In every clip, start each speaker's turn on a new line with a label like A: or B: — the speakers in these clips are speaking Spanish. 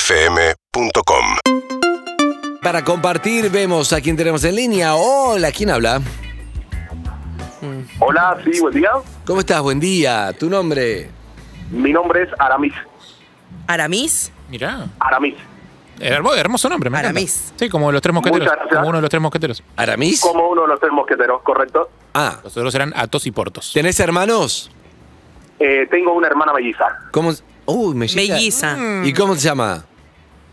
A: UrbanaPlayFM.com
B: Para compartir, vemos a quién tenemos en línea. Hola, ¿quién habla?
C: Hola, sí, buen día.
B: ¿Cómo estás? Buen día. ¿Tu nombre?
C: Mi nombre es Aramis.
D: Aramis.
E: Mirá.
C: Aramis.
E: Hermoso, hermoso nombre, me encanta.
D: Aramis.
E: Sí, como los tres mosqueteros.
C: Muchas gracias.
E: Como uno de los tres mosqueteros.
B: ¿Aramis?
C: Como uno de los tres mosqueteros, ¿correcto?
B: Ah,
E: Los otros eran Atos y Portos.
B: ¿tenés hermanos?
C: Eh, tengo una hermana melliza.
B: ¿Cómo? se- Uy, me llega-
D: Melliza.
B: ¿Y cómo se llama?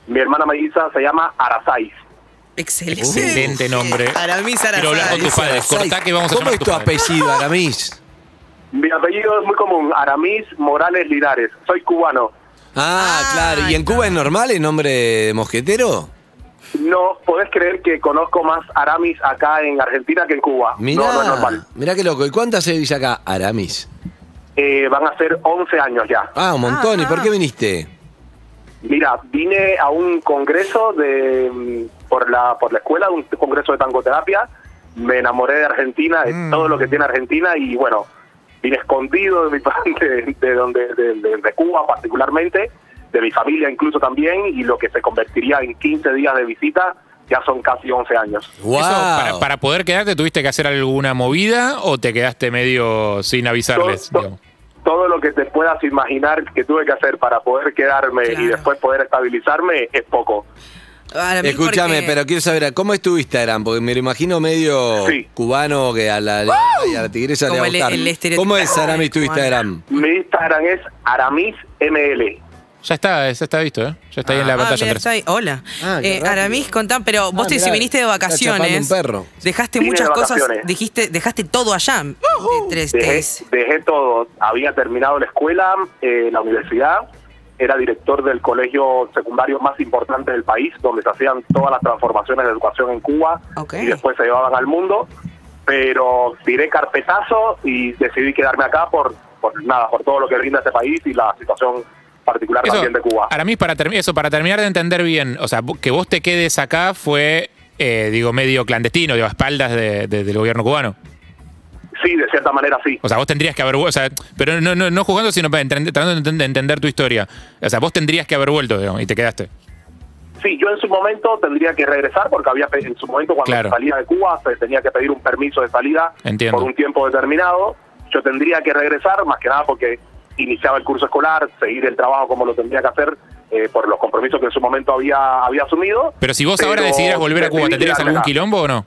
C: Mi hermana melliza se llama Arasais.
D: Excelente.
E: Excelente nombre.
D: Aramis Aramis.
E: Quiero hablar con tus padres. Eh, Cortá que vamos a
B: Ah, ¿Cómo
E: llamar a
B: es
E: tus
B: tu
E: padres.
B: apellido, Aramis?
C: Mi apellido es muy común, Aramis Morales Linares. Soy cubano.
B: Ah,
D: Ah,
B: claro. ¿Y en
D: claro.
B: Cuba es normal el nombre de mosquetero?
C: No, podés creer que conozco más Aramis acá en Argentina que en Cuba.
B: Mirá,
C: No, no es normal.
B: mirá qué loco. ¿Y cuántas se dice acá? Aramis.
C: Eh, van a ser 11 años ya.
B: Ah, un montón. ¿Y
D: Ah.
B: por qué viniste?
C: Mira, vine a un congreso de mm, por la por la escuela, un congreso de tangoterapia. Me enamoré de Argentina, de todo lo que tiene Argentina y bueno, vine escondido de mi pa- de, de donde de, de- de Cuba particularmente, de mi familia incluso también y lo que se convertiría en 15 días de visita ya son casi 11 años.
B: ¡Wow!
E: Eso, para, para poder quedarte, ¿tuviste que hacer alguna movida o te quedaste medio sin
C: Todo,
E: avisarles?
C: to-
E: digamos?
C: todo lo que te puedas imaginar que tuve que hacer para poder quedarme y
D: Claro.
C: después poder estabilizarme es poco.
D: Aramis
B: Escúchame,
D: porque-
B: pero quiero saber, ¿cómo es tu Instagram? Porque me lo imagino medio
C: Sí.
B: cubano que a la, y a la tigresa le va a
D: Como el-
B: gustar.
D: el estereotipo
B: ¿Cómo es, Aramis, tu
D: cubano.
B: Instagram?
C: Mi Instagram es Aramis ML.
E: Ya está, ya está visto, ¿eh? Ya está ahí en la
D: Ah,
E: pantalla.
D: mira,
E: Andrés.
D: está ahí. Hola.
B: Ah, qué
D: Eh,
B: rápido.
D: Aramis, contá, pero vos
B: Ah,
D: te
B: mirá,
D: si viniste de
B: está chapando
D: vacaciones.
B: un perro.
D: Dejaste
C: Vine de
D: muchas cosas,
C: vacaciones.
D: dijiste, dejaste todo allá. Tres,
C: Dejé,
D: tres.
C: dejé todo. Había terminado la escuela, eh, la universidad. Era director del colegio secundario más importante del país, donde se hacían todas las transformaciones de educación en Cuba
D: Ok.
C: y después se llevaban al mundo. Pero tiré carpetazo y decidí quedarme acá por, por nada, por todo lo que brinda este país y la situación particular
E: Eso,
C: también de Cuba.
E: Aramis, para, termi- eso, para terminar de entender bien, o sea, que vos te quedes acá fue, eh, digo, medio clandestino, digo, a espaldas de- de- del gobierno cubano.
C: Sí, de cierta manera sí.
E: O sea, vos tendrías que haber vuelto, o sea, pero no, no, no juzgando, sino para entender- tratando de enten- de entender tu historia. O sea, vos tendrías que haber vuelto, digamos, y te quedaste.
C: Sí, yo en su momento tendría que regresar porque había pe- en su momento cuando
E: Claro.
C: salía de Cuba se tenía que pedir un permiso de salida
E: Entiendo.
C: por un tiempo determinado. Yo tendría que regresar más que nada porque iniciaba el curso escolar, seguir el trabajo como lo tendría que hacer eh, por los compromisos que en su momento había había asumido.
E: Pero si vos ahora decidieras volver a Cuba,
C: decidí
E: ¿tendrías
C: quedarme
E: algún
C: acá.
E: quilombo o no?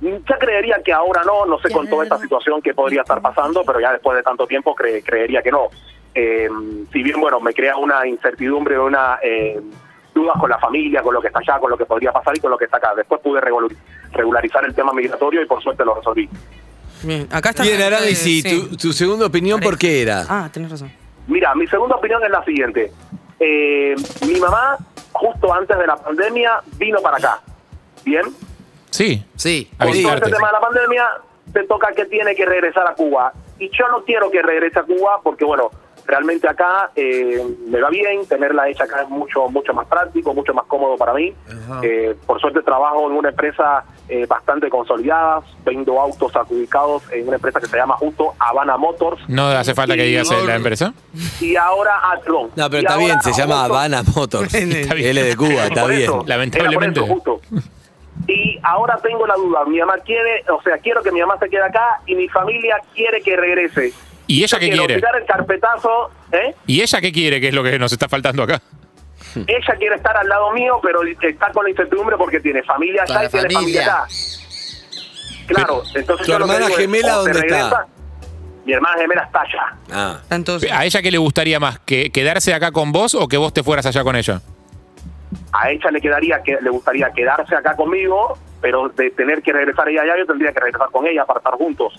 C: Mm, Ya creería que ahora no, no sé con toda esta situación que podría estar pasando, pero ya después de tanto tiempo cre- creería que no. Eh, si bien, bueno, me crea una incertidumbre, una eh, dudas con la familia, con lo que está allá, con lo que podría pasar y con lo que está acá. Después pude revolu- regularizar el tema migratorio y por suerte lo resolví.
D: Bien, acá está.
B: Bien, Aramis, y
D: Sí.
B: tu, tu segunda opinión, ¿por qué era?
D: Ah, tenés razón.
C: Mira, mi segunda opinión es la siguiente. Eh, mi mamá, justo antes de la pandemia, vino para acá. ¿Bien?
E: Sí.
B: Sí.
D: ah,
C: Con
E: A
C: todo este
E: visitarte.
C: tema de la pandemia, te toca que tiene que regresar a Cuba. Y yo no quiero que regrese a Cuba porque, bueno, realmente acá eh, me va bien, tenerla hecha acá es mucho mucho más práctico, mucho más cómodo para mí. Eh, por suerte trabajo en una empresa eh, bastante consolidada, vendo autos adjudicados en una empresa que se llama justo Habana Motors.
E: No hace falta que digas eh, la empresa.
C: Y ahora Atlón.
B: No, pero está bien, se llama Habana Motors.
E: Está bien.
B: Él es de Cuba, está
C: Por
B: bien.
C: eso,
E: Lamentablemente.
C: era por eso, justo. Y ahora tengo la duda. Mi mamá quiere, o sea, quiero que mi mamá se quede acá y mi familia quiere que regrese.
E: ¿Y ella qué
C: Quiero
E: quiere?
C: tirar el carpetazo, ¿eh?
E: ¿Y ella qué quiere? Que es lo que nos está faltando acá.
C: Ella quiere estar al lado mío, pero está con la incertidumbre porque tiene familia allá
F: Para
C: y tiene familia
F: familia.
C: acá. Claro, entonces
B: ¿Tu
C: yo lo que
B: hermana
C: digo es,
B: gemela
C: o te
B: dónde está?
C: regresa- Mi hermana gemela está allá.
B: Ah.
D: Tanto.
E: ¿A ella qué le gustaría más? ¿Que quedarse acá con vos o que vos te fueras allá con ella?
C: A ella le quedaría que le gustaría quedarse acá conmigo, pero de tener que regresar ella allá, yo tendría que regresar con ella para estar juntos.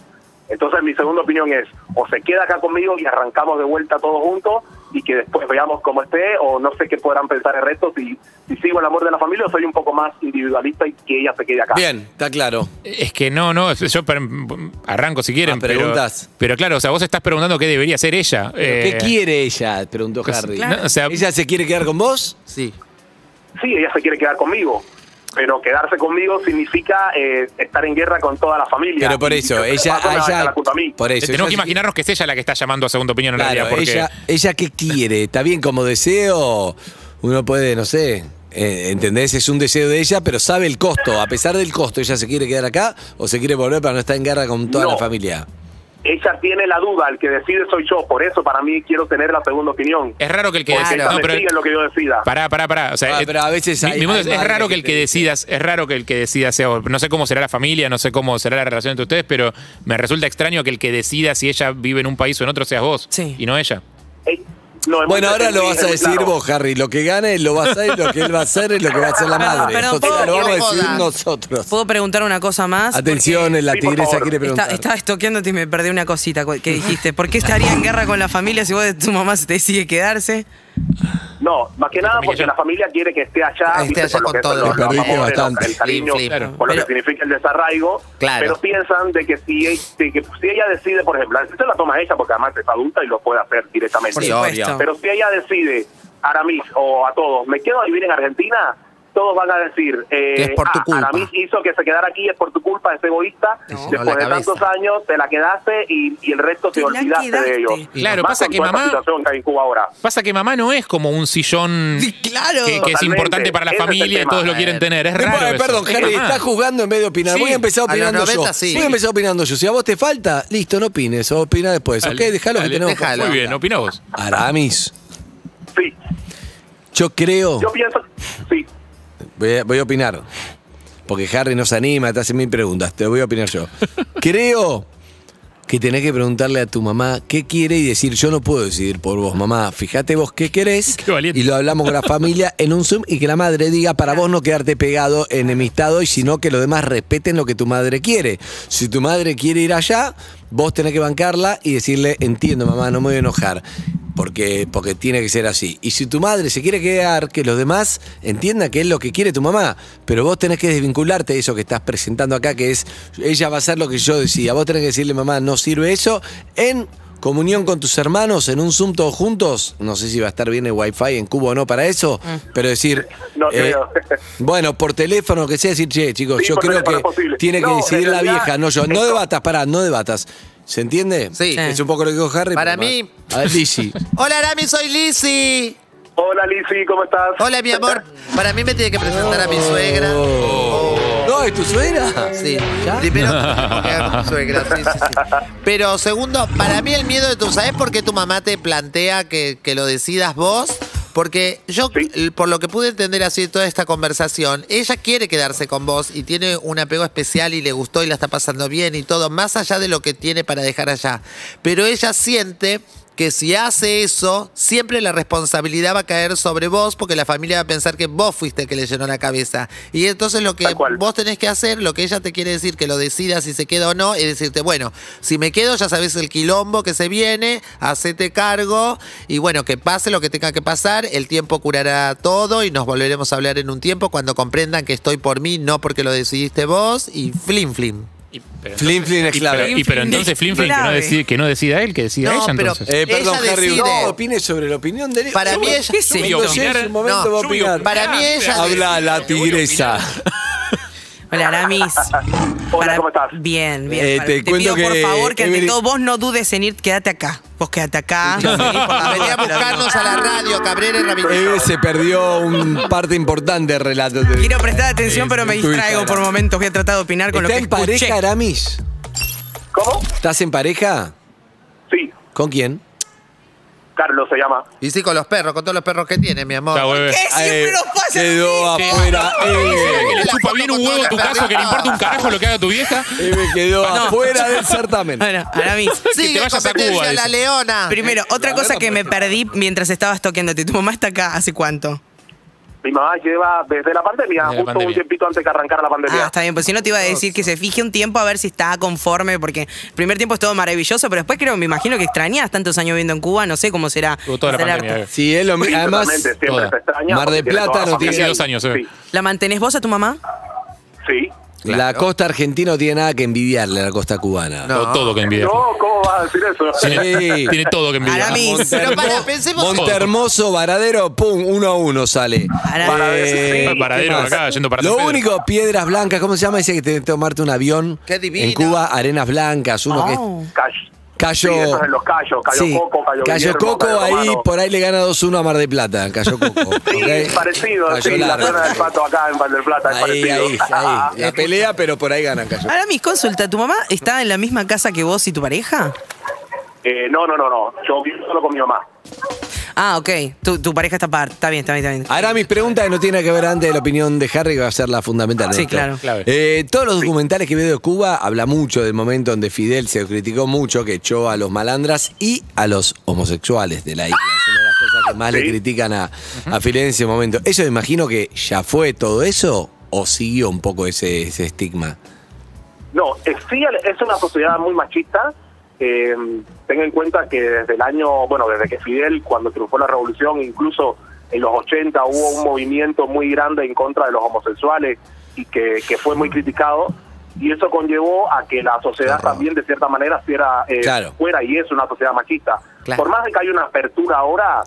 C: Entonces mi segunda opinión es, o se queda acá conmigo y arrancamos de vuelta todos juntos y que después veamos cómo esté, o no sé qué podrán pensar el resto, si, si sigo el amor de la familia o soy un poco más individualista y que ella se quede acá.
B: Bien, está claro.
E: Es que no, no, yo per- arranco si quieren.
B: Ah,
E: pero-
B: preguntas.
E: Pero, claro, o sea, vos estás preguntando qué debería hacer ella.
B: ¿Pero
E: Eh,
B: ¿Qué quiere ella? Preguntó
E: pues,
B: Harry.
E: no, o sea,
B: ¿Ella se quiere quedar con vos?
F: Sí.
C: Sí, ella se quiere quedar conmigo. pero quedarse conmigo significa eh, estar en guerra con toda la familia.
B: Pero por
C: Y
B: eso,
C: yo-
B: ella,
C: Paco me va a echar
B: ella
C: la culpa a mí.
B: por eso.
E: Tenemos eh, que
B: ella-
E: imaginarnos que es ella la que está llamando a segunda opinión en
B: Claro,
E: realidad. Porque
B: ella, ella qué quiere, está bien como deseo, uno puede, no sé, eh, ¿entendés? Es un deseo de ella, pero sabe el costo. A pesar del costo, ¿ella se quiere quedar acá o se quiere volver para no estar en guerra con toda
C: No.
B: la familia?
C: Ella tiene la duda, el que decide soy yo, por eso para mí quiero tener la segunda opinión.
E: es raro que el que
C: porque
E: decida.
C: ella me
E: no, Eh, pero-
C: sigue en lo que yo decida.
E: Pará, pará, pará. O sea,
B: Ah,
E: eh,
B: pero a veces
E: mi-
B: hay-
E: mi mundo
B: hay
E: es, es
B: madres
E: raro
B: que
E: que el
B: te
E: que
B: dicen.
E: decidas, es raro que el que decida sea. No sé cómo será la familia, no sé cómo será la relación entre ustedes, pero me resulta extraño que el que decida si ella vive en un país o en otro seas vos
D: Sí.
E: y no ella.
C: Ey, Eh, no, es
B: Bueno,
C: muy-
B: ahora
C: es
B: lo
C: muy-
B: vas
C: es
B: a
C: muy
B: decir
C: claro.
B: vos, Harry. Lo que gane lo va a hacer, lo que él va a hacer es lo que va a hacer la
D: Perdón,
B: madre.
D: perdón,
B: o sea,
D: ¿puedo-
B: lo vamos a
D: puedo
B: decidir
D: dar?
B: nosotros.
D: ¿Puedo preguntar una cosa más?
B: Atención, la
C: Sí, por
B: tigresa
C: favor.
B: quiere
D: Está-
B: preguntar.
D: estaba estoqueándote y me perdí una cosita cu- que dijiste. ¿Por qué estaría en guerra con la familia si vos de tu mamá se te decide quedarse?
C: No, más que nada
E: familia
C: porque
E: ya-
C: la familia quiere que esté allá,
B: Este
C: viste,
F: Esté allá
C: por lo
F: con
C: que-
F: todo.
C: por los-
B: Te
C: los
B: perdiste
C: amores,
B: bastante.
C: el cariño,
F: Sí, sí.
E: Claro.
C: por lo
D: Pero-
C: que significa el desarraigo.
F: Claro.
C: Pero piensan de que si, de que si ella decide, por ejemplo, la decisión la toma ella porque además es adulta y lo puede hacer directamente.
F: Sí, obvio.
C: Pero si ella decide, a Aramis o a todos, me quedo a vivir en Argentina, todos van a decir, eh,
F: Que es por tu
C: "Ah,
F: culpa".
C: Aramis hizo que se quedara aquí, es por tu culpa, es egoísta,
F: No,
C: después
F: la
C: de tantos
F: cabeza.
C: años te la quedaste y, y el resto te,
D: Te la
C: olvidaste
D: quedaste.
C: de ellos.
E: Claro,
C: Más
E: pasa
C: con
E: que
C: toda esta
E: mamá-
C: situación que hay en Cuba ahora.
E: Pasa que mamá no es como un sillón
F: Sí, claro.
E: que, que es
C: Totalmente.
E: importante para la
C: Ese es el
E: familia y
C: tema.
E: todos lo quieren tener. Es
B: Eh,
E: raro.
B: eh,
E: eso.
B: perdón,
E: Es
B: Harry,
E: mamá.
B: estás jugando en vez de opinar.
E: Sí,
B: Voy a empezar
F: Ah. a los
B: opinando
F: 90
B: yo.
F: sí.
B: Voy a empezar opinando yo. Si a vos te falta, listo, no opines. Opina después.
E: Dale,
B: ok, dejalo
E: dale,
B: que tenemos. que
F: déjalo.
E: Muy
B: hacer.
E: bien, opina vos.
B: Aramis,
C: Sí,
B: yo creo.
C: yo pienso, sí.
B: Voy a, voy a opinar. Porque Harry no se anima, te hace mil preguntas. Te voy a opinar yo. Creo que tenés que preguntarle a tu mamá qué quiere y decir, yo no puedo decidir por vos, mamá. Fíjate vos qué querés.
E: Qué valiente.
B: y lo hablamos con la familia en un Zoom y que la madre diga, para vos no quedarte pegado, enemistado, y sino que los demás respeten lo que tu madre quiere. Si tu madre quiere ir allá, vos tenés que bancarla y decirle, entiendo, mamá, no me voy a enojar. Porque, porque tiene que ser así. Y si tu madre se quiere quedar, que los demás entiendan que es lo que quiere tu mamá. Pero vos tenés que desvincularte de eso que estás presentando acá, que es ella va a hacer lo que yo decía. Vos tenés que decirle, mamá, no sirve eso en Comunión con tus hermanos en un Zoom todos juntos. No sé si va a estar bien el wifi en Cuba o no para eso,
F: Mm.
B: pero decir. eh,
C: No creo.
B: Bueno, por teléfono, que sea, decir, che, chicos,
C: Sí,
B: yo
C: por
B: creo
C: teléfono
B: que
C: es posible.
B: tiene que
C: No, en
B: decidir la
C: realidad,
B: vieja, no yo. No
C: esto-
B: debatas, pará, no debatas. ¿Se entiende?
F: Sí.
B: Es un poco lo que dijo Harry.
F: Para
B: pero
F: mí-
B: más- A ver, Lizzy.
F: Hola, Arami, soy Lizzy.
C: Hola Lizzy, ¿cómo estás?
F: Hola, mi amor. Para mí me tiene que presentar a mi suegra.
B: No, ¿es tu suegra?
F: Ah, Sí.
B: ¿Ya?
F: Primero, tengo que hablar con tu suegra, sí, sí, sí. Pero segundo, para mí el miedo de tu, ¿sabes por qué tu mamá te plantea que, que lo decidas vos? Porque yo,
C: Sí.
F: por lo que pude entender así de toda esta conversación, ella quiere quedarse con vos y tiene un apego especial y le gustó y la está pasando bien y todo, más allá de lo que tiene para dejar allá. Pero ella siente que si hace eso, siempre la responsabilidad va a caer sobre vos porque la familia va a pensar que vos fuiste el que le llenó la cabeza. Y entonces lo que
C: Tal cual.
F: vos tenés que hacer, lo que ella te quiere decir, que lo decidas si se queda o no, es decirte, bueno, si me quedo ya sabes el quilombo que se viene, hacete cargo y bueno, que pase lo que tenga que pasar, el tiempo curará todo y nos volveremos a hablar en un tiempo cuando comprendan que estoy por mí, no porque lo decidiste vos y flim flim.
E: Y- pero
B: Flin, flin es
E: y-
B: clave.
E: pero- Y pero entonces Flin Flin, que no,
D: Clave.
E: decide, que no decida él, que decida
F: No,
E: ella
F: pero-
E: entonces.
B: Eh, perdón,
F: Ella
B: Harry,
F: decide.
B: no opines sobre la opinión de
F: Para mí ella-
D: ¿Qué es esto?
E: Yo voy a
B: Entonces,
E: opinar.
B: en su momento
F: No,
B: va a
E: yo voy a
B: opinar.
E: opinar.
F: Para mí ella
B: Habla la
E: Yo voy a
B: tigresa.
D: Hola, Aramis. Para-
C: ¿cómo estás?
D: Bien, bien.
B: Eh,
D: Para-
B: te
D: te
B: cuento
D: pido,
B: que
D: por favor, que
B: Evelyn-
D: ante todo vos no dudes en ir, quédate acá. Vos quédate acá.
F: Venía a buscarnos a la radio, Cabrera y Ramírez.
B: Eh, se perdió un parte importante del relato. Te-
D: Quiero prestar atención, pero me
B: en tu
D: distraigo
B: Instagram.
D: por momentos. Voy a tratar de opinar con lo
B: ¿Está
D: que
B: en pareja,
D: escuché.
B: Aramis?
C: ¿Cómo?
B: ¿Estás en pareja?
C: Sí,
B: ¿Con quién?
C: Carlos se llama.
F: Y sí, con los perros, con todos los perros que tiene, mi amor.
E: Está bebé.
D: ¿Qué? Siempre
B: Eh,
D: nos pasa lo
B: Quedó
D: mismo.
B: afuera. eh,
E: ¿Será que
B: Eve.
E: le
F: La
E: chupa
F: foto
E: bien
F: con
E: un huevo
F: toda
E: tu
F: la
E: caso que le
F: perrita.
E: importa un carajo lo que haga tu vieja?
B: Eve eh, quedó
D: No.
B: afuera del certamen.
D: Bueno, Aramis.
F: Sí,
E: te vayas a Cuba, dice.
F: la leona.
D: Primero, otra cosa que me perdí mientras estabas toqueándote. Tu mamá está acá, ¿hace cuánto?
C: Mi mamá lleva desde la pandemia,
E: Desde la
C: justo
E: pandemia.
C: un tiempito antes que arrancara la pandemia.
D: Ah, está bien, pues si no te iba a decir que se fije un tiempo a ver si está conforme, porque el primer tiempo es todo maravilloso, pero después creo, me imagino que extrañas tantos años viviendo en Cuba, no sé cómo será.
E: Tuvo toda la
D: será
E: pandemia,
D: harta.
E: bebé.
B: Sí, es lo
C: Sí,
B: mismo. Además,
C: totalmente, siempre
E: toda.
C: se extraña
B: Mar
C: porque
B: del
C: tiene
B: Plata
C: toda la
B: no tiene-
C: familia
E: Casi dos
C: ahí.
E: años, eh.
C: Sí,
D: ¿La mantenés vos a tu mamá?
C: sí.
B: La
F: Claro.
B: costa argentina no tiene nada que envidiarle a la costa cubana.
F: No.
E: O todo que envidia.
C: No, ¿cómo vas a decir eso?
B: Sí.
E: Tiene todo que envidia.
D: Aramis.
F: Pero para, pensemos.
B: Montermoso, Varadero, pum, uno a uno sale.
D: Ahora,
B: Eh,
E: Ah, Varadero,
B: ¿qué más?
E: acá, yendo para
B: Lo
E: San Pedro.
B: único, piedras blancas, ¿cómo se llama ese que tenés que tomarte un avión?
F: Qué divino.
B: En Cuba, arenas blancas, uno que
D: Oh.
C: Cash.
B: Cayo.
C: Sí, eso es en los Cayos, Cayo
B: Sí.
C: Coco, Cayo
B: Cayo
C: Guillermo,
B: Coco,
C: Cayo
B: ahí
C: Romano.
B: por ahí le gana 2-1 a Mar de Plata, Cayo Coco.
C: Sí,
B: ¿ok?
C: parecido,
B: Cayo
C: sí, la
B: Largo.
C: zona del pato acá en Val del Plata, es
B: Ahí,
C: parecido.
B: ahí, ahí. La pelea, pero por ahí gana Cayo.
D: mis consulta, ¿tu mamá está en la misma casa que vos y tu pareja?
C: Eh, no, no, no, no, yo vivo solo con mi mamá.
D: Ah, ok. Tu, tu pareja está aparte. Está bien, está bien, está bien.
B: Ahora mis preguntas que no tienen que ver antes de la opinión de Harry, que va a ser la fundamental.
D: Sí,
B: en esto.
D: claro.
E: Clave.
B: Eh, todos los documentales que veo de Cuba habla mucho del momento donde Fidel se criticó mucho, que echó a los malandras y a los homosexuales de la isla. Es una de las cosas que más le
C: Sí.
B: critican a, a Fidel en ese momento. Eso me imagino que ya fue todo eso o siguió un poco ese, ese estigma.
C: No, eh, sí, el- es una sociedad muy machista. Eh, tenga en cuenta que desde el año, bueno, desde que Fidel, cuando triunfó la revolución, incluso en los 80 hubo un movimiento muy grande en contra de los homosexuales y que, que fue muy criticado. Y eso conllevó a que la sociedad
B: Claro.
C: también, de cierta manera, fuera, eh,
B: Claro.
C: fuera y es una sociedad machista.
F: Claro.
C: Por más de que hay una apertura ahora,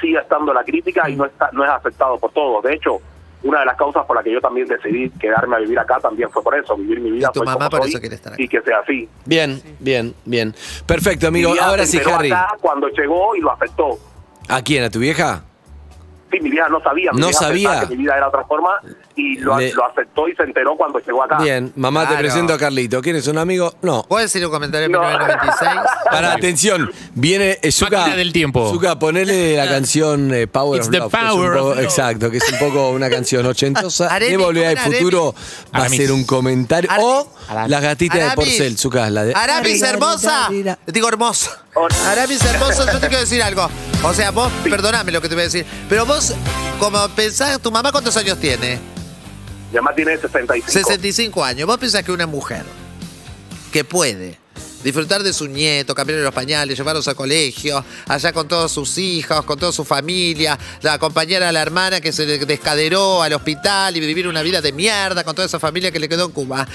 C: sigue estando la crítica y no está no es aceptado por todos. De hecho, una de las causas por la que yo también decidí quedarme a vivir acá también fue por eso, vivir mi vida.
F: Y tu
C: soy
F: mamá
C: como
F: por
C: soy
F: eso quiere estar acá.
C: Y que sea así.
B: Bien, bien, bien. Perfecto, amigo.
C: Mi vieja
B: Ahora
C: se
B: sí,
C: enteró
B: Harry.
C: acá cuando llegó y lo aceptó.
B: ¿A quién? ¿A tu vieja?
C: Sí, mi vieja no sabía. mi
B: No
C: vieja
B: sabía.
C: pensaba Que mi vida era de otra forma y lo,
B: Le-
C: lo aceptó y se enteró cuando llegó acá.
B: Bien, mamá, te
F: Claro.
B: presento a Carlito. ¿Quién es un amigo? No.
F: ¿Puedo decir un comentario en
C: No.
F: 1996?
B: Para, atención, viene eh, Zuka.
E: Máquina del tiempo.
B: Zuka, ponele la canción eh, Power
E: It's
B: of
E: the
B: Love. que es un
E: power of
B: poco-
E: love.
B: Exacto, que es un poco una canción ochentosa.
F: Aramis,
B: de Volver al
F: ¿cómo era
B: Futuro va a
E: Aramis.
B: ser un comentario.
F: Aramis.
B: O
E: Aramis.
B: Las gatitas de
F: Aramis.
B: Porcel, Zuka, la de.
F: Aramis hermosa. Digo hermosa. Aramis hermosa, yo te quiero decir algo. O sea, vos, perdoname lo que te voy a decir, pero vos, como pensás, tu mamá cuántos años tiene?
C: Mi mamá tiene 65.
F: 65 años. Vos pensás que una mujer que puede disfrutar de su nieto, cambiarle los pañales, llevarlos al colegio, allá con todos sus hijos, con toda su familia, la acompañar a la hermana que se le descaderó al hospital y vivir una vida de mierda con toda esa familia que le quedó en Cuba.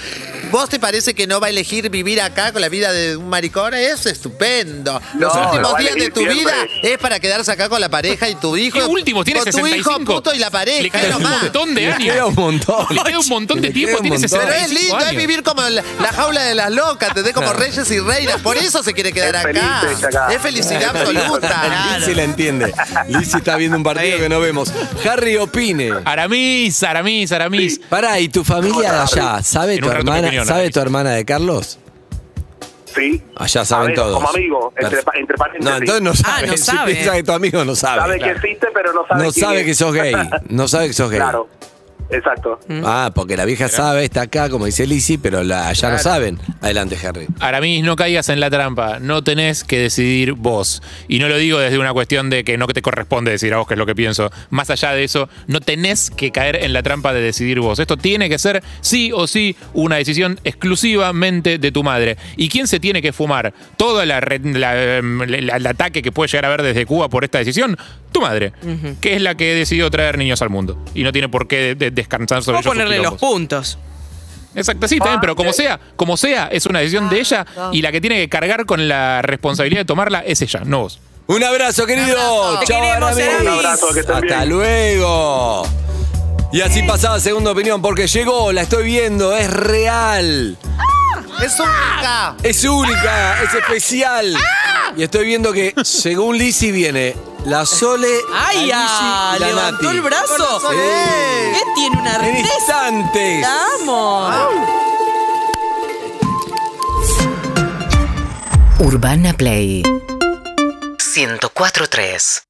F: ¿Vos te parece que no va a elegir vivir acá con la vida de un maricón? Es estupendo. Los
C: No, lo
F: últimos
C: va a
F: días de
C: elegir
F: tu
C: siempre.
F: vida es para quedarse acá con la pareja y tu hijo.
E: ¿Qué último? Tiene
F: con
E: 65.
F: tu hijo puto y la
E: Le
F: pareja, es
E: queda
F: lo
E: un
F: más.
E: montón de
B: Le
E: años.
B: queda un montón.
E: Le queda un montón de
B: Le
E: tiempo.
B: queda un
E: Tiene
B: montón.
F: Pero es
E: 65
F: lindo, es
E: años.
F: vivir como la, la jaula de las locas, te como reyes y reinas. Por eso se quiere quedar
C: Es feliz
F: acá.
C: de estar acá.
F: Es felicidad absoluta.
B: Lizzy la entiende. Lizzy está viendo un partido que no vemos. Harry opine.
E: Aramis, Aramis, Aramis.
B: Pará, ¿y tu familia de allá? ¿Sabe
E: En
B: tu
E: un rato mi
B: hermana?
E: opinión,
B: ¿Sabe
E: Aramis.
B: tu hermana de Carlos?
C: Sí.
B: Allá
C: A
B: Ah, saben
C: ver,
B: todos.
C: Como amigo, entre, pa- entre paréntesis.
B: No, entonces no
D: Ah,
B: sabe.
D: no
B: Si
D: sabe.
B: piensa que tu amigo no sabe.
C: Sabe
E: claro.
C: que existe, pero no sabe
B: No
C: quién
B: sabe
C: es.
B: que sos gay. No sabe que sos gay.
C: Claro. Exacto.
D: Mm.
B: Ah, porque la vieja sabe, está acá, como dice Lizzy, pero la, allá no saben. Adelante, Harry.
E: Aramis, no caigas en la trampa, no tenés que decidir vos. Y no lo digo desde una cuestión de que no te corresponde decir a vos que es lo que pienso. Más allá de eso, no tenés que caer en la trampa de decidir vos. Esto tiene que ser sí o sí una decisión exclusivamente de tu madre. ¿Y quién se tiene que fumar todo la re- la, em, la- el ataque que puede llegar a haber desde Cuba por esta decisión? Tu madre, que es la que decidió traer niños al mundo. Y no tiene por qué de- de- descansar
D: Vamos a
E: sobre ellos sus
D: ponerle los
E: quilombos.
D: puntos.
E: Exacto, sí, está bien, pero como sea, como sea, es una decisión de ella y la que tiene que cargar con la responsabilidad de tomarla es ella, no vos.
B: Un abrazo, querido.
D: Te
B: Chao,
D: queremos,
B: Aramis.
C: Un
D: Aramis.
C: abrazo, que estén
B: Hasta
C: bien.
B: luego. Y así pasaba segunda opinión, porque llegó, la estoy viendo, es real.
F: Es única.
B: Es única,
D: Ah.
B: es especial. Y estoy viendo que, según Lizzy, viene la Sole. la
D: ¡Ay, ya!
B: Lizzy y la
D: ¿Levantó
B: Nati.
D: el brazo?
F: Sí.
D: ¿Qué tiene una
B: En
D: artesa?
B: instantes.
D: ¡La amo!
G: Urbana Play 104.3